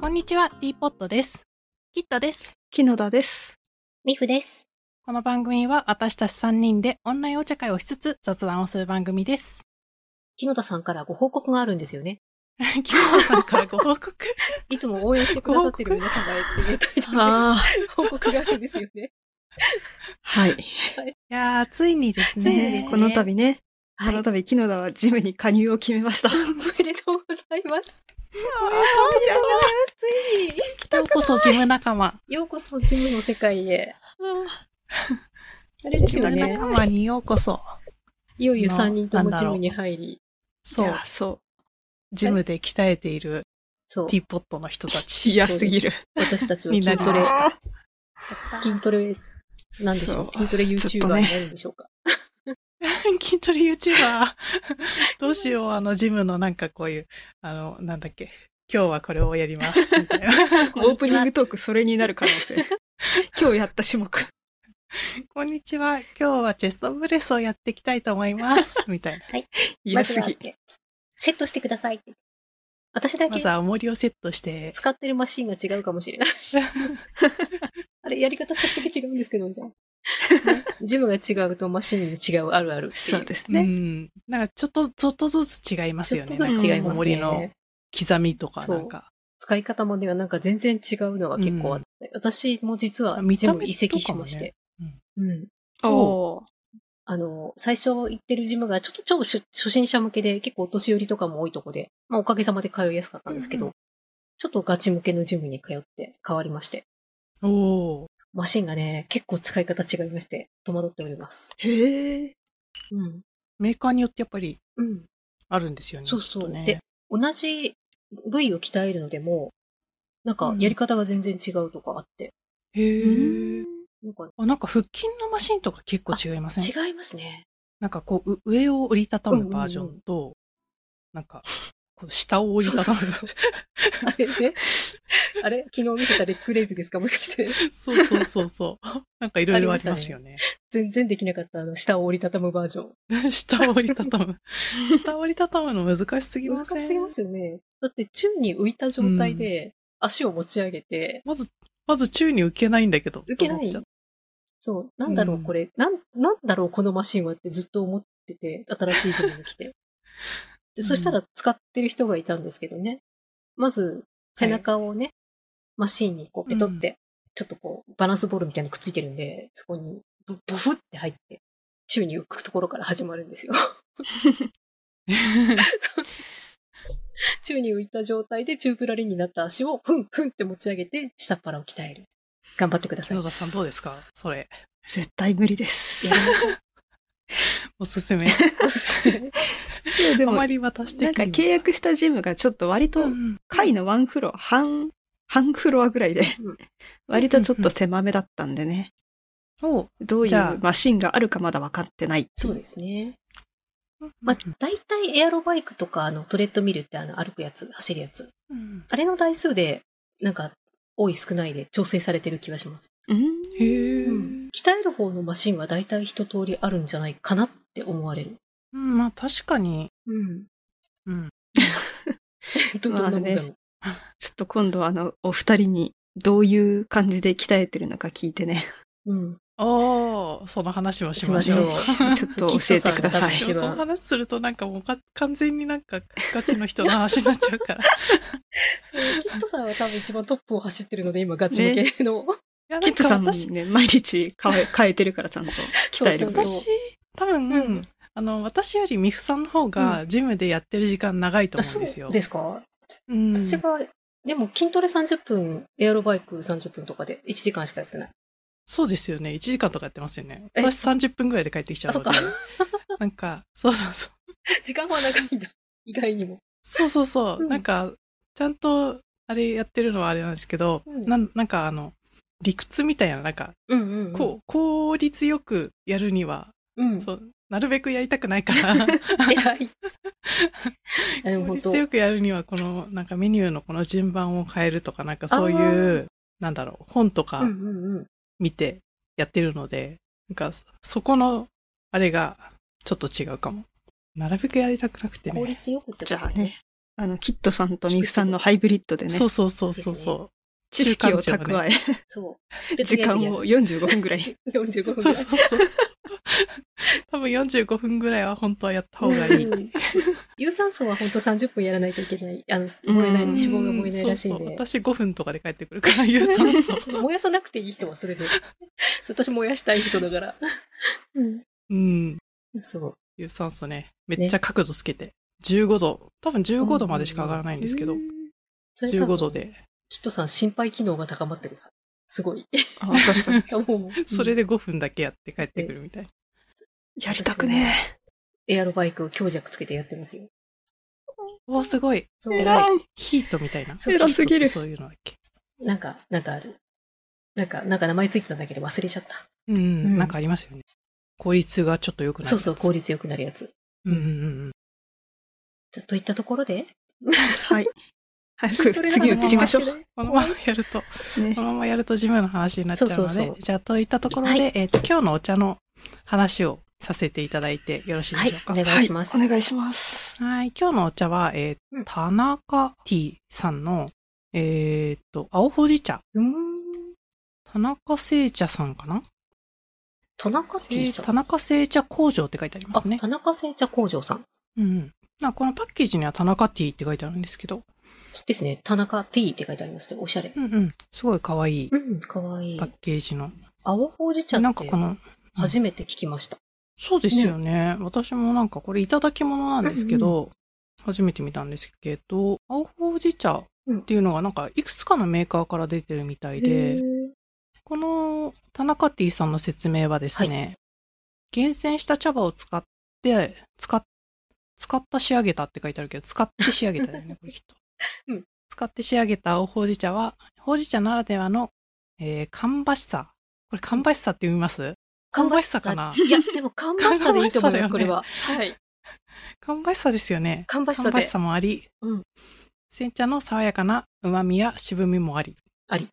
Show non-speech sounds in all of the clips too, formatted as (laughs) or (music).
こんにちは、ティーポットです。キットです。木野田です。ミフです。この番組は私たち3人でオンラインお茶会をしつつ雑談をする番組です。 (laughs) 木野田さんからご報告があるんですよね。キットさんからご報告。いつも応援してくださってる皆様へっていうタイトルであ報告があるんですよね。あ、はい。いやー、ついにですね。ついにね、この度ね、はい。こおの度、木野田はジムに加入を決めました。めでとうございます。おめでとうございまついに。すようこそジム仲間。ようこそジムの世界へ。あれですジよムね仲。間にようこそ。いよいよ3人ともジムに入り。いそうや、そう。ジムで鍛えているそうテ。ィーポットの人たち。嫌すぎる。私たちはにな筋りトレまし、た。筋トレ、なんでしょう。そう筋トレちょっ YouTuber とねになるんでしょうか。筋トレ (laughs) YouTuber。どうしよう、あの、ジムのなんかこういう、あの、なんだっけ、今日はこれをやります。みたいな (laughs) オープニングトーク、それになる可能性。今日やった種目。こんにちは、今日はチェストブレスをやっていきたいと思います。みたいな。嫌すぎ。まずはセットしてくださいって。私だまけずは重りをセットして、使ってるマシンが違うかもし (laughs) れない。あれ、やり方私だけ違うんですけど、みた (laughs) いな。ジムが違うとマシンに違うあるあるっていそうですうね。ん。なんかちょっと、ちょっとずつ違いますよね。ちょっとずつ違いなんまかす重りのね。刻みとか、なんか。使い方もね、なんか全然違うのが結構あって。私も実は見ジたム目移籍しまして。とかもねうん。おーあの、最初行ってるジムがちょっと超初初心者向けで結構お年寄りとかも多いとこで、まあおかげさまで通いやすかったんですけど、うんうちょっとガチ向けのジムに通って変わりまして、おーマシンがね、結構使い方違いまして、戸惑っております。へえ。うん。メーカーによってやっぱりうん。あるんですよね。そうそうきっとね、で同じ部位を鍛えるのでも、なんかやり方が全然違うとかあって、へえ。なんかあ、なんか腹筋のマシンとか結構違いません違いますね。なんかこう、う上を折りたたむバージョンと、なんか、こう下を折りたたむ。そうそう (laughs) あれね。 (laughs) あれ昨日見てたレッグレイズですかもしかして。そうそうそうそう。なんかいろいろありますよね。全然できなかった、あの、下を折りたたむバージョン。下を折りたた (laughs) む。下を折りたたむの難しすぎません難しすぎますよね。だって宙に浮いた状態で足を持ち上げて、まず、まず宙に浮けないんだけど。浮けないと思っちゃっそう、なんだろうんうこれ、なん、なんだろうこのマシンはってずっと思ってて、新しいジムに来 (laughs) て。でそしたら使ってる人がいたんですけどね。まず、背中をね、マシンにこうペトって、ちょっとこう、バランスボールみたいにくっついてるんで、そこにボボフって入って、宙に浮くところから始まるんですよ。 (laughs) 宙に浮いた状態で宙ぶらりんになった足をふんふんって持ち上げて、下っ腹を鍛える。頑張ってください篠。田さんどうですかそれ。絶対無理です。やりましょうおすすめ。おすす (laughs) めであまも、なんかり私的には。契約したジムがちょっと割とう、ん階のワンフロア、半、半フロアぐらいでうん、割とちょっと狭めだったんでね、おうどういじゃあうマシンがあるかまだ分かってない。そうですね。まあ、大体エアロバイクとか、あの、トレッドミルってあの、歩くやつ、走るやつ。うんあれの台数で、なんか、多い少ないで調整されてる気がします。うん。へえ。ううんん。鍛える方のマシンは大体一通りあるんじゃないかなって思われる。まあ確かに。うん。うん。 (laughs) ど、どんなもんだろう。ちょっと今度あの、お二人にどういう感じで鍛えてるのか聞いてね。うん。おー、その話もしまししょまう。しょ (laughs) うちょっと教えてください (laughs) で一も番その話するとなんかもうか完全になんかガチの人の話になっちゃう (laughs) から。いそう、キットさんは多分一番トップを走ってるので、今、ガチ向けの。やなキんットさかんも私、ね、毎日変え変えてるからちゃんと鍛えるそうのちゃんと私、多分、うんあの、私よりミフさんの方がジムでやってる時間長いとあ思うそんですよ。うですかうん私が、でも筋トレ30分、エアロバイク30分とかで1時間しかやってない。そうですよね。1時間とかやってますよね。え私30分ぐらいで帰ってきちゃうのであそっ。 (laughs) なんか、そうそうそう。時間は長いんだ。意外にも。そうそうそう。うんなんか、ちゃんと、あれやってるのはあれなんですけど、うんなんなんかあの、理屈みたいな、なんか、うんうん、うん。こう、効率よくやるには、う。うん。そう、なるべくやりたくないから、 (laughs) 偉い。あでも効本率よ当、くやるには、この、なんかメニューのこの順番を変えるとか、なんかそういう、なんだろう、本とうかんうんうん。見てやってるので、なんか、そこの、あれが、ちょっと違うかも。なるべくやりたくなくて効ね。率よくってことじゃあね。あの、キットさんとミクさんのハイブリッドでねそ、うそうそうそうそ知識を蓄え、そ (laughs) う。で時間を。45分ぐらい。とりあえずやる45う。(laughs) そう分ぐらい。そうそう。多分45分ぐらいは本当はやった方が (laughs) いい。うん有酸素は本当30分やらないといけない。あの、燃えない、うん脂肪が燃えないらしいんそうそうで。私5分とかで帰ってくるから、ゆうさ (laughs) んと。 (laughs) そう燃やさなくていい人はそれで。そう私燃やしたい人だから。うん。うん。そう。有酸素ね。めっちゃ角度つけて。15度。多分15度までしか上がらないんですけど。それ多分15度。で。きっとさん、心肺機能が高まってるさ。すごい。あ確 (laughs) かに。も (laughs) うそれで5分だけやって帰ってくるみたいな。やりたくねエアロバイクを強弱つけてやってますよ。おお、すごい。そうえらい。ヒートみたいな。そうそう偉すぎるそういうのだっけ。なんか、なんかある。なんか、なんか名前ついてたんだけど忘れちゃった。うん、んなんかありますよね。効率がちょっと良くなる。そうそう、効。率良くなるやつ。うんうんうん。じゃあといったところで、はい。早 (laughs) 筋くトレ次移しましょの話をてるこのままやると、う。ねこのままやるとジムの話になっちゃうので、そうそうそうじゃあといったところで、はいえっ、と、今日のお茶の話をさせていただいてよろしいではしいょう、か。おはい。願いします。はいお願いします。今日のお茶は、えーうん田中 T さんの、えっ、と、青ほじ茶。うーん。田中製茶さんかな、田中え T ーさん。田中製茶工場って書いてありますねあ、。田中製茶工場さん。うん。なこのパッケージには田中ティーって書いてあるんですけど、そうですね。田中 T って書いてありますね。おしゃれう。んうん。すごい可愛いうん、かわいいパ。ッケージの。青ほうじ茶なんっかてこの、初めて聞きました。そうですよね。私もなんかこれいただき物なんですけど、初めて見たんですけど、青ほうじ茶っていうのがなんかいくつかのメーカーから出てるみたいで、この田中ティーさんの説明はですね、厳選した茶葉を使って、使っ、使った仕上げたって書いてあるけど、使って仕上げただ (laughs) よね、これきっと。うん使って仕上げた青ほうじ茶は、ほうじ茶ならではの、えー、芳しさ。これ芳しさって読みます芳しさかないや、でも芳しさでいいと思芳しさいます、こだよねれは。はい。芳しさですよね。芳しさ芳しでさ。もあり、うん煎茶の爽やかな旨味や渋みもあり、あり。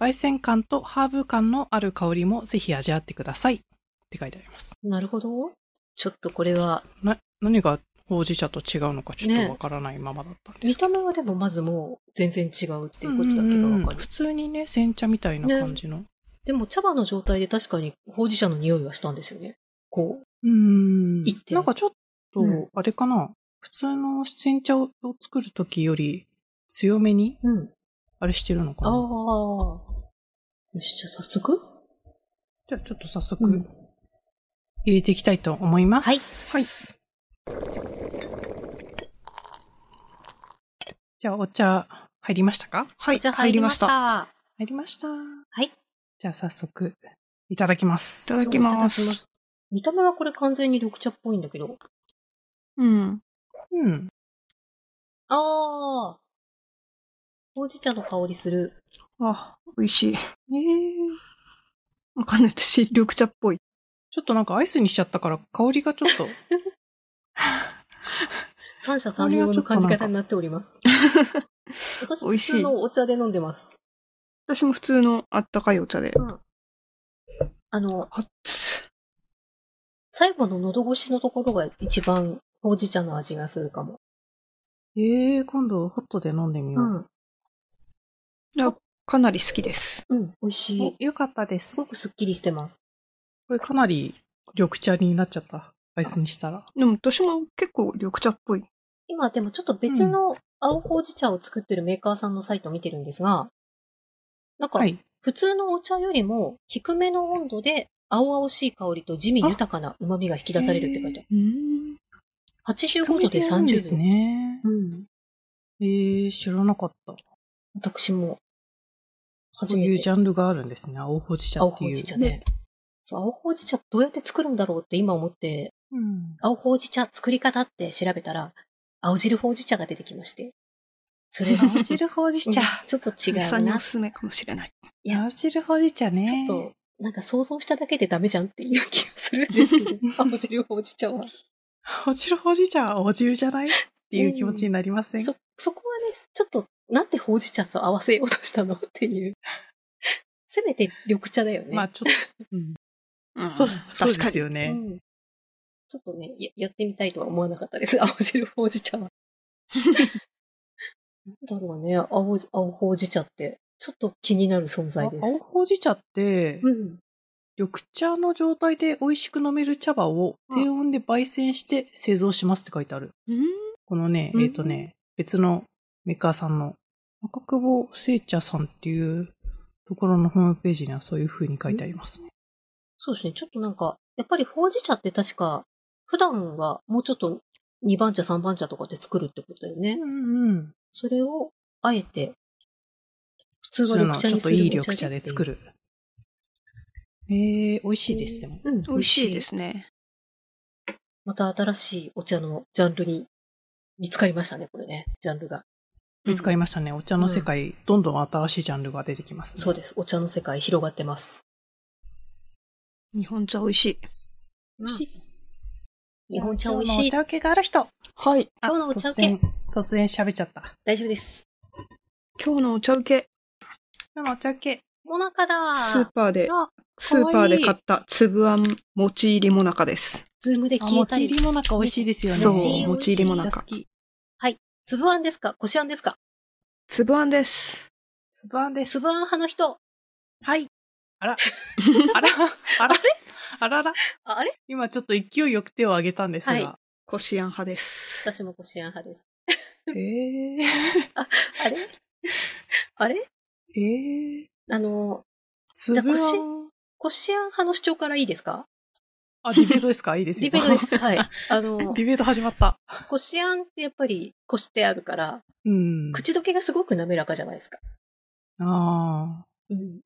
焙煎感とハーブ感のある香りもぜひ味わってください。って書いてあります。なるほど。ちょっとこれは、な、何がほうじ茶と違うのかちょっとわからないままだったんで見すけたど。目はでもまずもう全然違うっていううことだけがんうんわかうんる普。通にね、煎茶みたいな感じの。でも茶葉の状態で確かにほうじ茶の匂いはしたんですよね。こうん。一点なんかちょっとうん、あれかな、普通の煎茶を作るときより強めに、う。うん。あれしてるのかああ。なよし、じゃあ早速。じゃあちょっと早速、入れていきたいと思います。はいじゃあお茶入りましたかはお茶入りました。。は入りました。い。じゃあ早速、いただきます。いただきますいただきます見た目はこれ完全に緑茶っぽいんだけど。うん。うん。ああ。ほうじ茶の香りする。あ、美味しい。えー、わかんない。私、緑茶っぽい。ちょっとなんかアイスにしちゃったから香りがちょっ (laughs) と、三者三様の感じ方になっております。私、美普味しい通のお茶で飲んでます。私も普通のあったかいお茶で。うん。あの、あっつ。最後の喉越しのところが一番ほうじ茶の味がするかも。えー、今度ホットで飲んでみよう。ん。かなり好きです。うん、美味しいお。よかったですすごくすっきりしてます。これかなり緑茶になっちゃった。アイスにしたら。でも私も結構緑茶っぽい。今でもちょっと別の青ほうじ茶を作ってるメーカーさんのサイトを見てるんですが、なんかはい。普通のお茶よりも低めの温度で青々しい香りと地味豊かな旨味が引き出されるって書いてある。うん。 85度で低めなんです30度。ね。うん。えー、知らなかった。私もそ初うめいうてジャンルがあるんですね。青ほうじ茶青ってほいうう。じ茶ね。そう、青ほうじ茶どうやって作るんだろうって今思って、うん。青ほうじ茶作り方って調べたら、青汁ほうじ茶が出てきまして。(laughs) それは青汁ほうじ茶。うんちょっと違皆さうんになお。すすめかもしれない。いや青汁ほうじ茶ね。ちょっと、なんか想像しただけでダメじゃんっていう気がするんです (laughs) けど、青汁ほうじ茶は。青汁ほうじ茶は青汁じゃないっていう気持ちになりません、そ、そこはね、ちょっと、なんでほうじ茶と合わせようとしたのっていう。せめて緑茶だよね。まあちょっと、うんそう、そうですようね。ん、 (laughs) ちょっとねや、やってみたいとは思わなかったです。青汁ほうじ茶は。なんだろうね、青、青ほうじ茶って、ちょっと気になる存在で青す。ほうじ茶って、うん。緑茶の状態で美味しく飲める茶葉をあ低温で焙煎して製造しますって書いてある。このね、うんえっ、とね、別のメーカーさんの赤久保製茶さんっていうところのホームページにはそういう風に書いてありますね。そうですね。ちょっとなんか、やっぱりほうじ茶って確か、普段はもうちょっと2番茶、3番茶とかで作るってことだよね。うんうん。それを、あえて、普通そのういうの緑をちょっ茶にすとるいい緑茶で作る。る。えー、美味しいです、でも。うん、美味しいで。すね。また新しいお茶のジャンルに見つかりましたね、これね。ジャンルが。見つかりましたね。お茶の世界、どんどん新しいジャンルが出てきます、ね。そうです。お茶の世界広がってます。日本茶美味しい。美味しい。日本茶美味しい。今日のお茶受けがある人。はい。あ今日のお茶受突然、突然喋っちゃった。大丈夫です。今日のお茶受け、今日のお茶受け。モナカスーだパーであ、スーパーで買た。った粒あんもち入りもなかです。ズームであ消えもたちり入。りもなんか美味しいですよね。そう、もち入りもち入りもなめっちゃか好。き。粒あんですかこしあんですか粒あんです。つばんです。粒あん派の人。はい。あら、あら、あら、あらら。ああれ今ちょっと勢いよく手を挙げたんですが。はい (laughs) こしあん派です。私もこしあん派です。えあれ (laughs) あれー、えー、あの、つじゃあぶこしあん。こしあん派の主張からいいですかあ、ディベートですかいいですデよ。ィベートで。す。 (laughs) はい。あのデ、ィベート始まった。こしあんってやっぱりこしてあるから、うん。口どけがすごく滑らかじゃないですか。あうん。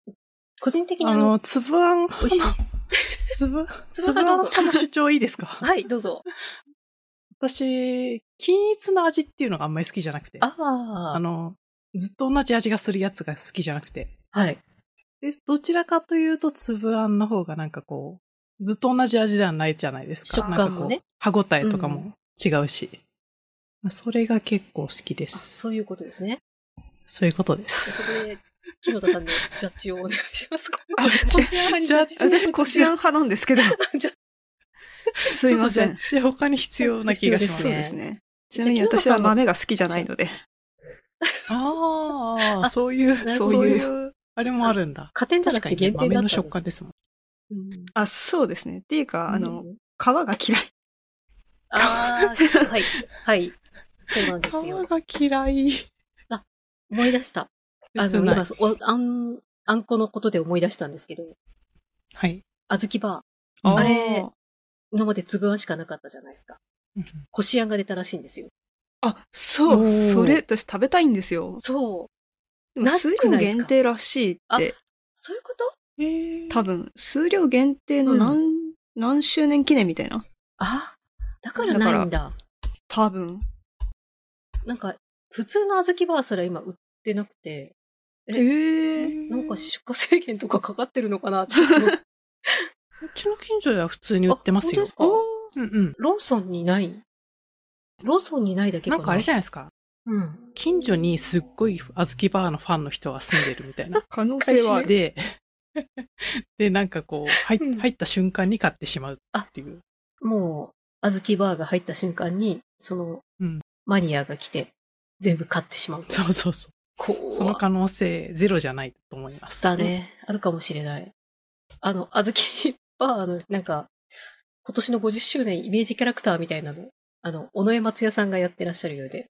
個人的あ。にああの、の、つぶあん美味しい派の。。つぶ、つつぶぶあんどあうんぞ派の主張いいですか (laughs) はい、どうぞ。私、均一の味っていうのがあんまり好きじゃなくて。ああ。あの、ずっと同じ味がするやつが好きじゃなくて。はい。で、どちらかというと、粒あんの方がなんかこう、ずっと同じ味ではないじゃないですか。食感もなねんかこう。歯応えとかも違うし。まあそれが結構好きであす。そういうことですね。そういうことです。そこで、木野田 (laughs) さんのジャッジをお願いします。ジャッジこしあん派にジャッジジャッジ私こしあん (laughs) 派なんですけ (laughs) ど、ジャッジすいません。ちょっとジャッジ他に必要な気がしますそ必う要ね。ですね。ちなみに私は豆が好きじゃないので。あああ、そういう、なるそほうどいう、あれもあるんだ。加点じゃな確かくてにね、減点豆だったんのです食感ですもん。うんあ、そうですね。っていうか、あの、そうですね皮が嫌い。ああ、はい、はい。そうなんですよ皮。が嫌い。思い出した。あ切の、ない今、おあん、あんこのことで思い出したんですけど、はい。あずきバあーあれー、今まで粒あんしかなかったじゃないですか。うんこしあんが出たらしいんですよ。あ、そおーう、それ、私食べたいんですよ。そう。でもなく数な量いですか限定らしいって、そういうことえー多分、数量限定の何、何周年記念みたいな。あだからないんだ。多分。なんか、普通のあずきバーすら今売ってなくて、えええ。なんか出荷制限とかかかってるのかなって。うちの近所では普通に売ってますよ。あ本当ですかうんうん。ローソンにないローソンにないだけかななんかあれじゃないですか。ゃうん。近所にすっごい小豆バーのファンの人が住んでるみたい (laughs) な可能性はある。で、で、なんかこう、入っうん入った瞬間に買ってしまうっていう。もう、あずきバーが入った瞬間に、その、うんマニアが来て、全部買ってしまうと。そうそうそこう。う。その可能性ゼロじゃないと思います。だね。あるかもしれない。あの、あずきバーの、なんか、今年の50周年イメージキャラクターみたいなの、あの、尾上松也さんがやってらっしゃるようで、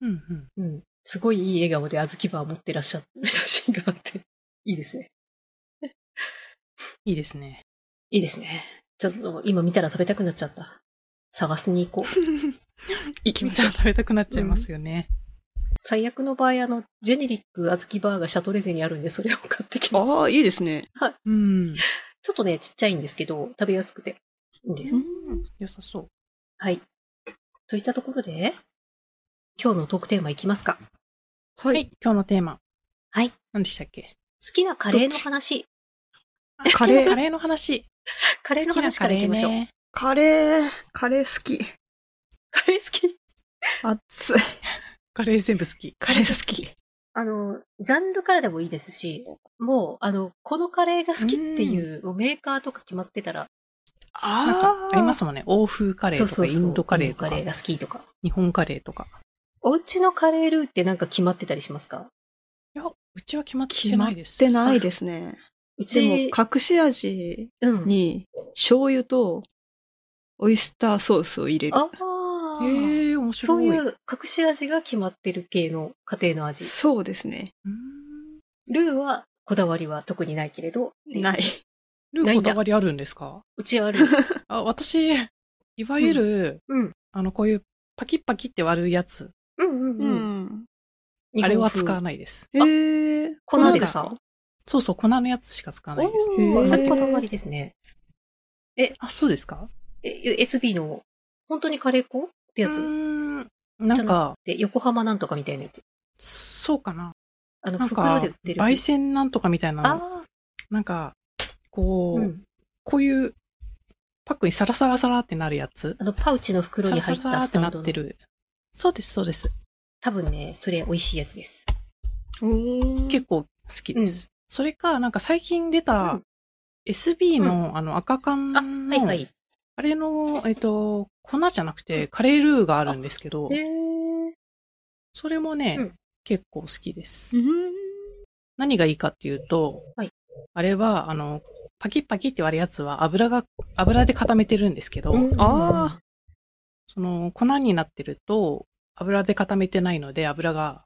うんうん。うん。すごいいい笑顔であずきバー持ってらっしゃる写真があって、いいですね。いいですね。いいですね。ちょっと今見たら食べたくなっちゃった。探しに行こう。行きめっまちしょゃう。食べたくなっちゃいますよね。最悪の場合、あの、ジェネリックあずきバーがシャトレーゼにあるんで、それを買ってきます。ああ、いいですね。うん。ちょっとね、ちっちゃいんですけど、食べやすくて。いいです。良さそう。はい。といったところで、今日のトークテーマいきますか。は。はい今日のテーマ。はい。何でしたっけ好きなカレーの話。あカ好レーきなカレーの話。カレーの話からいきましょう。ね。カレー、カレー好き。カレー好き。熱い。カレー全部好き。カレー好き。あの、ジャンルからでもいいですし、もう、あの、このカレーが好きっていう、もうメーカーとか決まってたら、なんかあありますもんね。欧風カレーとかインドカレーとインドカレーかが好きとか。日本カレーとか。お家のカレールーってなんか決まってたりしますかいや、うちは決まっ決てまなっいです。てないですね。うでも、ち、隠し味うん。に醤油とオイスターソースを入れる。ああへー、えー、面白い。そういう隠し味が決まってる系の家庭の味。そうですね。うーん。ルーはこだわりは特にないけれど、ない。ルなーいこんだだわりあるんですかうちはある。あ、私、いわゆる、うん。あ (laughs) の、こういうパキッパキって割るやつ、うんうんううん。ん。あれは使わない。ないです。えー、粉で粉でですすかかそうそう、粉のやつしか使わおないです。ー、へーそれこだわりですね。あ、そうですかえ、SB の、本当にカレー粉ってやうーつん。なんか、で、横浜なんとかみたいなやつ。そうかな。あの、なん袋かで売って、る。焙煎なんとかみたいなの、ああ、なんか、こう、うん。こういう、パックにサラサラサラってなるやつ。あの、パウチの袋サにラサ入ラっサたラっスてタなンドっのてる。そうです、そうです。多分ね、それ美味しいやつです。結構好きです。それか、なんか最近出うたん、 SB の、あの赤缶あ、の、はいはい。あれの、えっと、粉じゃなくてカレールーがあるんですけど、ー。それもね、うん結構好きです。うん。何がいいかっていうと、はいあれは、あの、パキッパキって割るやつは油が、油で固めてるんですけど、うんあその粉になってると、油で固めてないので油が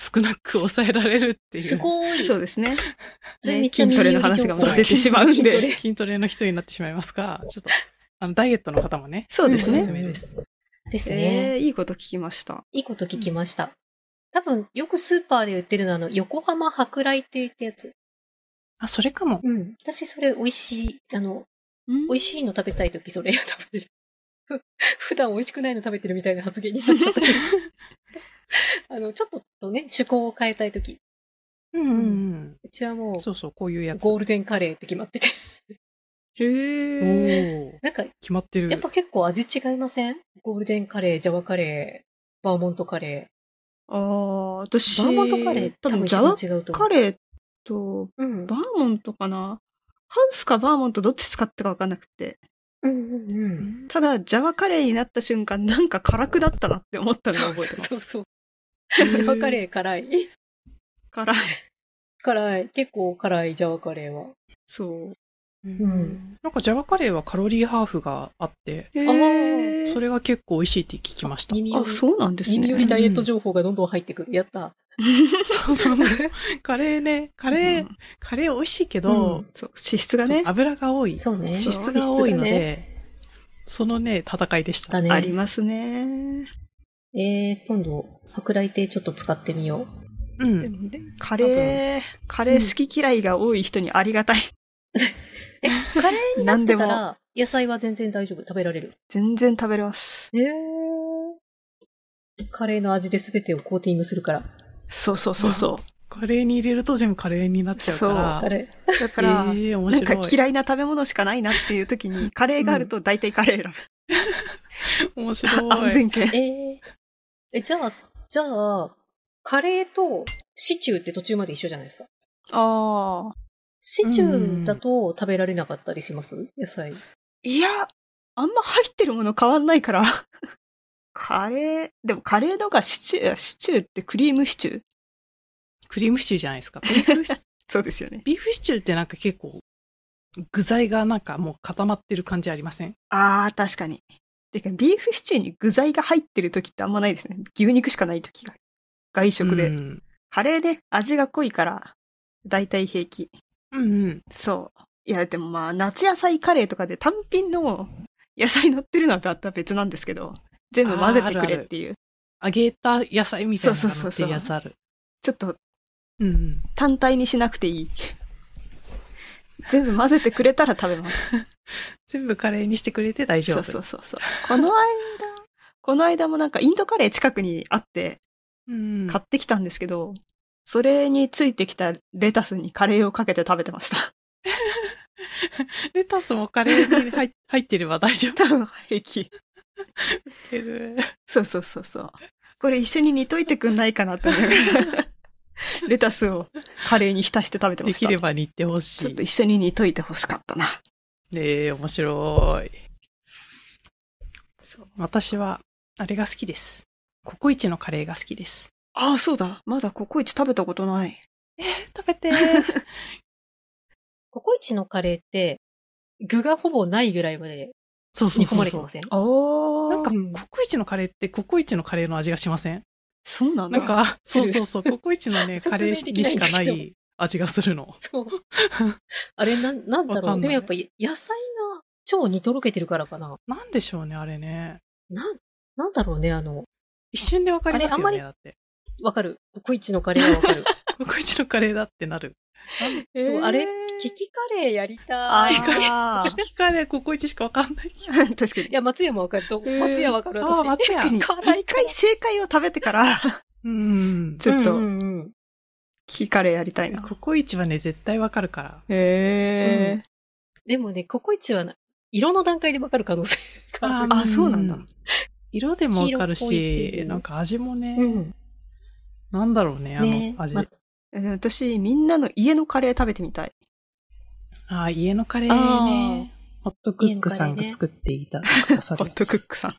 少なく抑えられるっていう。すごーい。そうですね。 (laughs) それねめっちゃ筋トレの話が耳寄り情報もう出てしまうんで筋トレ筋トレの人になってしまいますが、ちょっと、あの、ダイエットの方もね、そうですおすね。すめです。ですえね。ー、いいこと聞きました。いいこと聞きました。多分、よくスーパーで売ってるのは、あの、横浜博来亭ってやつ。あ、それかも。うん。私、それ美味しい。あの、美美味しいの食べたいとき、それ食べてる。 (laughs) 普段美味しくないの食べてるみたいな発言になっちゃっ (laughs) たけど。あの、ちょっとね、趣向を変えたいとき。うんうんうちはうもん。う、そうそう、こういうやつ。ゴールデンカレーって決まって (laughs) て。い。おへーえ。なんか、決まってる。やっぱ結構味違いませんゴールデンカレー、ジャワカレー、バーモントカレああ、私、ー。バーモントカレー、多多分分一ジャワ番違うと思カう。レーとうん。バーモントかなハウスかバーモントどっち使ったかわかんなくて。うんうんうん。ただ、ジャワカレーになった瞬間、なんか辛くなったなって思ったのをそう覚えてます。そうそうへそう。ージャワカレー辛い。辛い。辛い。結構辛い、ジャワカレーは。そう。んなんかジャワカレーはカロリーハーフがあって、へーそれが結構美味しいって聞きました。耳よあ、り、そうなんです耳よりね。ダイエット情報がどんどん入ってくる。やった。そうそう。カレーね、カレー、うんカレー美味しいけど、うんそう、脂質がそうね、油が多い。そうね。脂質が多いの。で、そのね、戦いでした。だね。ありますね。えー、今度、桜井亭ちょっと使ってみようでん。もねカレー、カレー好き嫌いが多い人にありが (laughs) たい。う。え、カレーになっ何てでたもら、野菜は全然大丈夫。食べられる。全然食べれます。えー。カレーの味で全てをコーティングするから。そうそうそうそカレーに入れると全部カレーになっちゃうから。カレう。だから、えー、面なん白かい。嫌いな食べ物しかないなっていう時に、カレーがあると大体カレー選 (laughs) 面ぶ。白い。安全圏。ー。えー。え、じゃあ、じゃあ、カレーとシチューって途中まで一緒じゃないですか。ああ。シチューだと食べられなかったりします、野菜。いや、あんま入ってるもの変わんないから。カレー、でもカレーのがシチュー、シチューってクリームシチュークリームシチューじゃないですか。クリー (laughs) ムシそうですよね。ビーフシチューってなんか結構、具材がなんかもう固まってる感じありませんああ、確かに。てか、ビーフシチューに具材が入ってる時ってあんまないですね。牛肉しかない時が。外食で。うんカレーね、味が濃いから、だいたい平気。うんうん。そう。いや、でもまあ、夏野菜カレーとかで単品の野菜乗ってるのはまた別なんですけど、全部混ぜてくれっていう。揚げた野菜みたいなのがそ乗うそうそうってそうるやつある。ちょっとうんうん。単体にしなくていい。全部混ぜてくれたら食べます。全部カレーにしてくれて大丈そ夫。うそうそうそう。この間、この間もなんかインドカレー近くにあってうん。買ってきたんですけど、それについてきたレタスにカレーをかけて食べてました。 (laughs) レタスもカレーに入っ (laughs) 入ってれば大丈多分平気。夫。そうそうそうそう。これ一緒に煮といてくんないかなって思いなが (laughs) らレタスをカレーに浸して食べてまでした。きればに行ってほしちょっいと。一緒に煮といてほしかったな。ねえ、面白い。そう。私は、あれが好きです。ココイチのカレーが好きです。ああ、そうだ。まだココイチ食べたことない。食べて。ココイチのカレーって、具がほぼないぐらいまで (laughs) そうそう煮込そまうれてそまう。せんああ。なんか、うんココイチのカレーってココイチのカレーの味がしませんそうなんだ。なんか、すそうるそうそう、ココイチのね、 (laughs) 説カレ明でーきないにしかなけどい味がするの。そう。 (laughs) あれ、なん、なんだわろかう。んでないもやっぱ、野菜が超煮とろけてるからかな。なんでしょうね、あれね。なん、なんだろうね、あの、一瞬でわかりますあれあんまよりね、だって。わかる。ココイチのカレーはわかる。ココイチのカレーだってなる。えーそうあれキキカレーやりたい。いああ。キキカレー、ココイチしかわかんない。 (laughs) 確かに。や、松山わかると、ー松山わかる私。あー松屋確かに (laughs) 辛い一から回。正解を食べてから、うん。ちょっうと、んうんうんキキカレーやりたいな。ココイチはね、絶対わかるから。へえ。でもね、ココイチはな、色の段階でわかる可能性がある。ーあそうなんだ。色でもわかる黄色っぽいっていしう、なんか味もね、うん。なんだろうね、あねの味。まえー私、みんなの家のカレー食べてみたい。ああ、家のカレーあね。ホットクックさんが作っていただくださホるやッつトクッ (laughs) クさん。ホ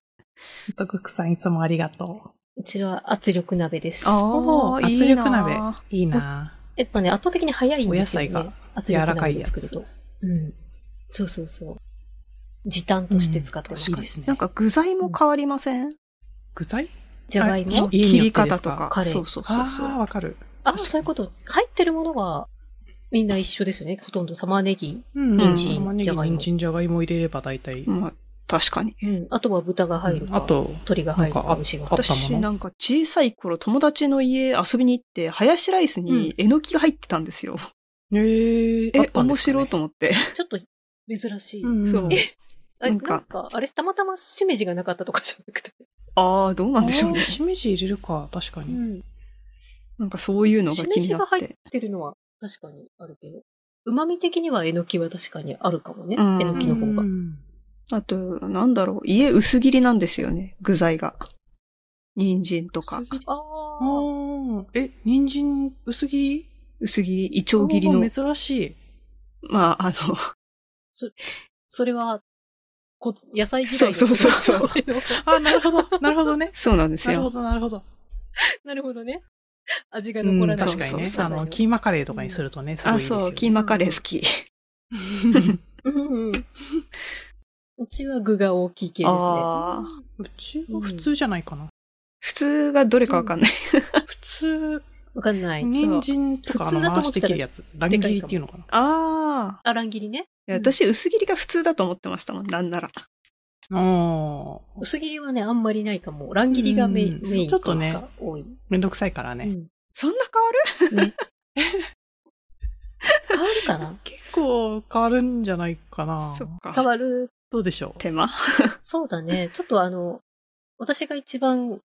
ットクックさんいつもありがとうちは圧力鍋です。う。ああ、い圧いな力鍋。いいなやっぱね、圧倒的に早いんですよ、ね。お野菜が圧力柔らか鍋いでやつ作ると。うん。そうそうそう。時短として使ってまうす。ん確かにですねなんか具材も変わりません具材じゃがいあもい家切によりってで方すとかか。カレーそうそうそうそああ、う。わかる。あ、そういうこと。入ってるものは、みんな一緒ですよね。ほとんど玉ねぎ。うん人参玉ねじぎ、ゃがいも人参、じゃがいも入れれば大体。まあ、確かに。うん。あとは豚が入るか。あ、と、鶏が入るなんかか、あ牛があ入るっか。たも私のなんか小さい頃友達の家遊びに行って、ハヤシライスにえのきが入ってたんですよ。えー、あえっ、たん面ですかね白いと思って。ちょっと珍しい。うんうんそうえあななんんかか、あれ、たまたましめじがなかったとかじゃなくて。ああ、どうなんでしょうあーね。しめじ入れるか、確かうに。ん。なんかそういうのがし気めにじながっ。入っててるのは確かにあるけど。旨味的にはえのきは確かにあるかもね。うんえのきの方がう。んあと、なんだろう、家薄切りなんですよね、具材が。人参とか薄。切りあああ。ーえ、人参薄切り薄切り、いちょう切りおのー。珍しい。まあ、あの、 (laughs) それは、こ野菜嫌いのそうそうそうそうことなのあ、なるほど、なるほどね。 (laughs) そうなんですなるほよ。ど、なるほど。 (laughs) なるほどね。味がうん残らない。確かにねそうそう。そうあの、キーマカレーとかにするとね、すごいいあ、いですよね。そう、キーマカレー好き。うんうん。 (laughs) うちは具が大きい系ですね。ああ、うちは普通じゃない (laughs) かな。普通がどれかわかんない。普通、わかんない。人参とかあ普通のだと思ってた回して切らるやつ。乱切りっていうのかな。あああ、乱切りね。いや、私、薄切りが普通だと思ってましたもん、なんなら。ああ。薄切りはね、あんまりないかも。乱切りがメイン、うんメインちょっとねが多い。めんどくさいからうね。んそんな変わるね。変わる (laughs) かな結構変わるんじゃないかな。そっ変か。わる。どうでしょう手間そうだね。ちょっとあの、私が一番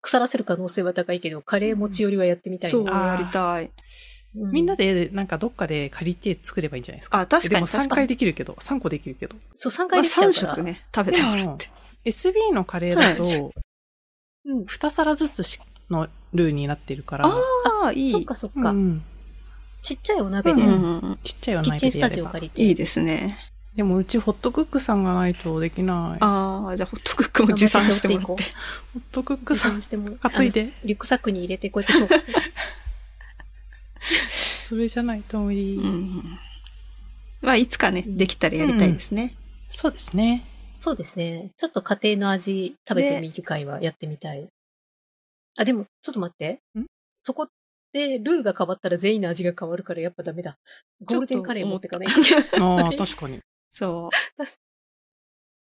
腐らせる可能性は高いけど、カレー持ち寄りはやってみたいな。そう、あやーりたい。うみんな。で、なんかどっかで借りて作ればいいんじゃないですか。あ、確かでにも確3かに。回できるけど、3個できるけど。そう、3まあ、回できちゃ3うから。食ね、食べてもらって。 SB のカレーだはと、うん。 2皿ずつしのルーになってるから、あああ、いい。そっかそっか。うんちっちゃいおう鍋んで、うんうんちっちゃいおキッ鍋チンでスやタジれオば。借りて。いいですね。でもうちホットクックさんがないとできない。ホああ、じゃあ、ホットクックも持参してもらって。ットクック持さん参しても担いで。あのリュックサックに入れて、こうやってそう。それじゃないと無理。うんまあ、いつかね、うんできたらやりたいですね。そうですね。そうですね。ちょっと家庭の味食べてみる会はやってみたい。あ、でも、ちょっと待ってん。そこでルーが変わったら全員の味が変わるからやっぱダメだ。ゴールデンカレー持ってかないといけない。ああ、確 (laughs) かに。そう確。そ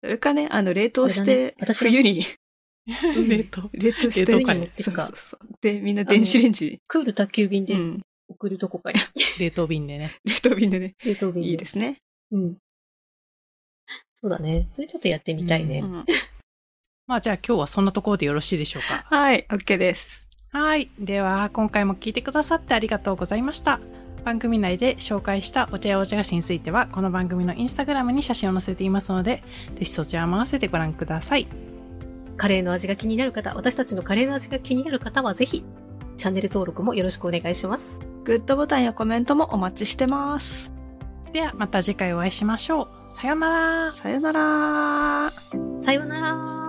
れかね、あの、冷凍しあれだてね、私が冬に、 (laughs) ん冷凍。冷凍して、冷凍庫に持ってそくうかそうそう。で、みんな電子レンジ、 (laughs) クール宅急便うでん、送るとこかい。冷凍瓶でね。冷凍便でね、冷凍便いいですね。うん。そうだね。それちょっとやってみたいね。ううんまあじゃあ今日はそんなところでよろしいでしょうか。はい、OK です。はい。では、今回も聞いてくださってありがとうございました。番組内で紹介したお茶やお茶菓子については、この番組のインスタグラムに写真を載せていますので、ぜひそちらも合わせてご覧ください。カレーの味が気になる方、私たちのカレーの味が気になる方はぜひ、チャンネル登録もよろしくお願いします。グッドボタンやコメントもお待ちしてます。では、また次回お会いしましょう。さようなら。さよならさようなら。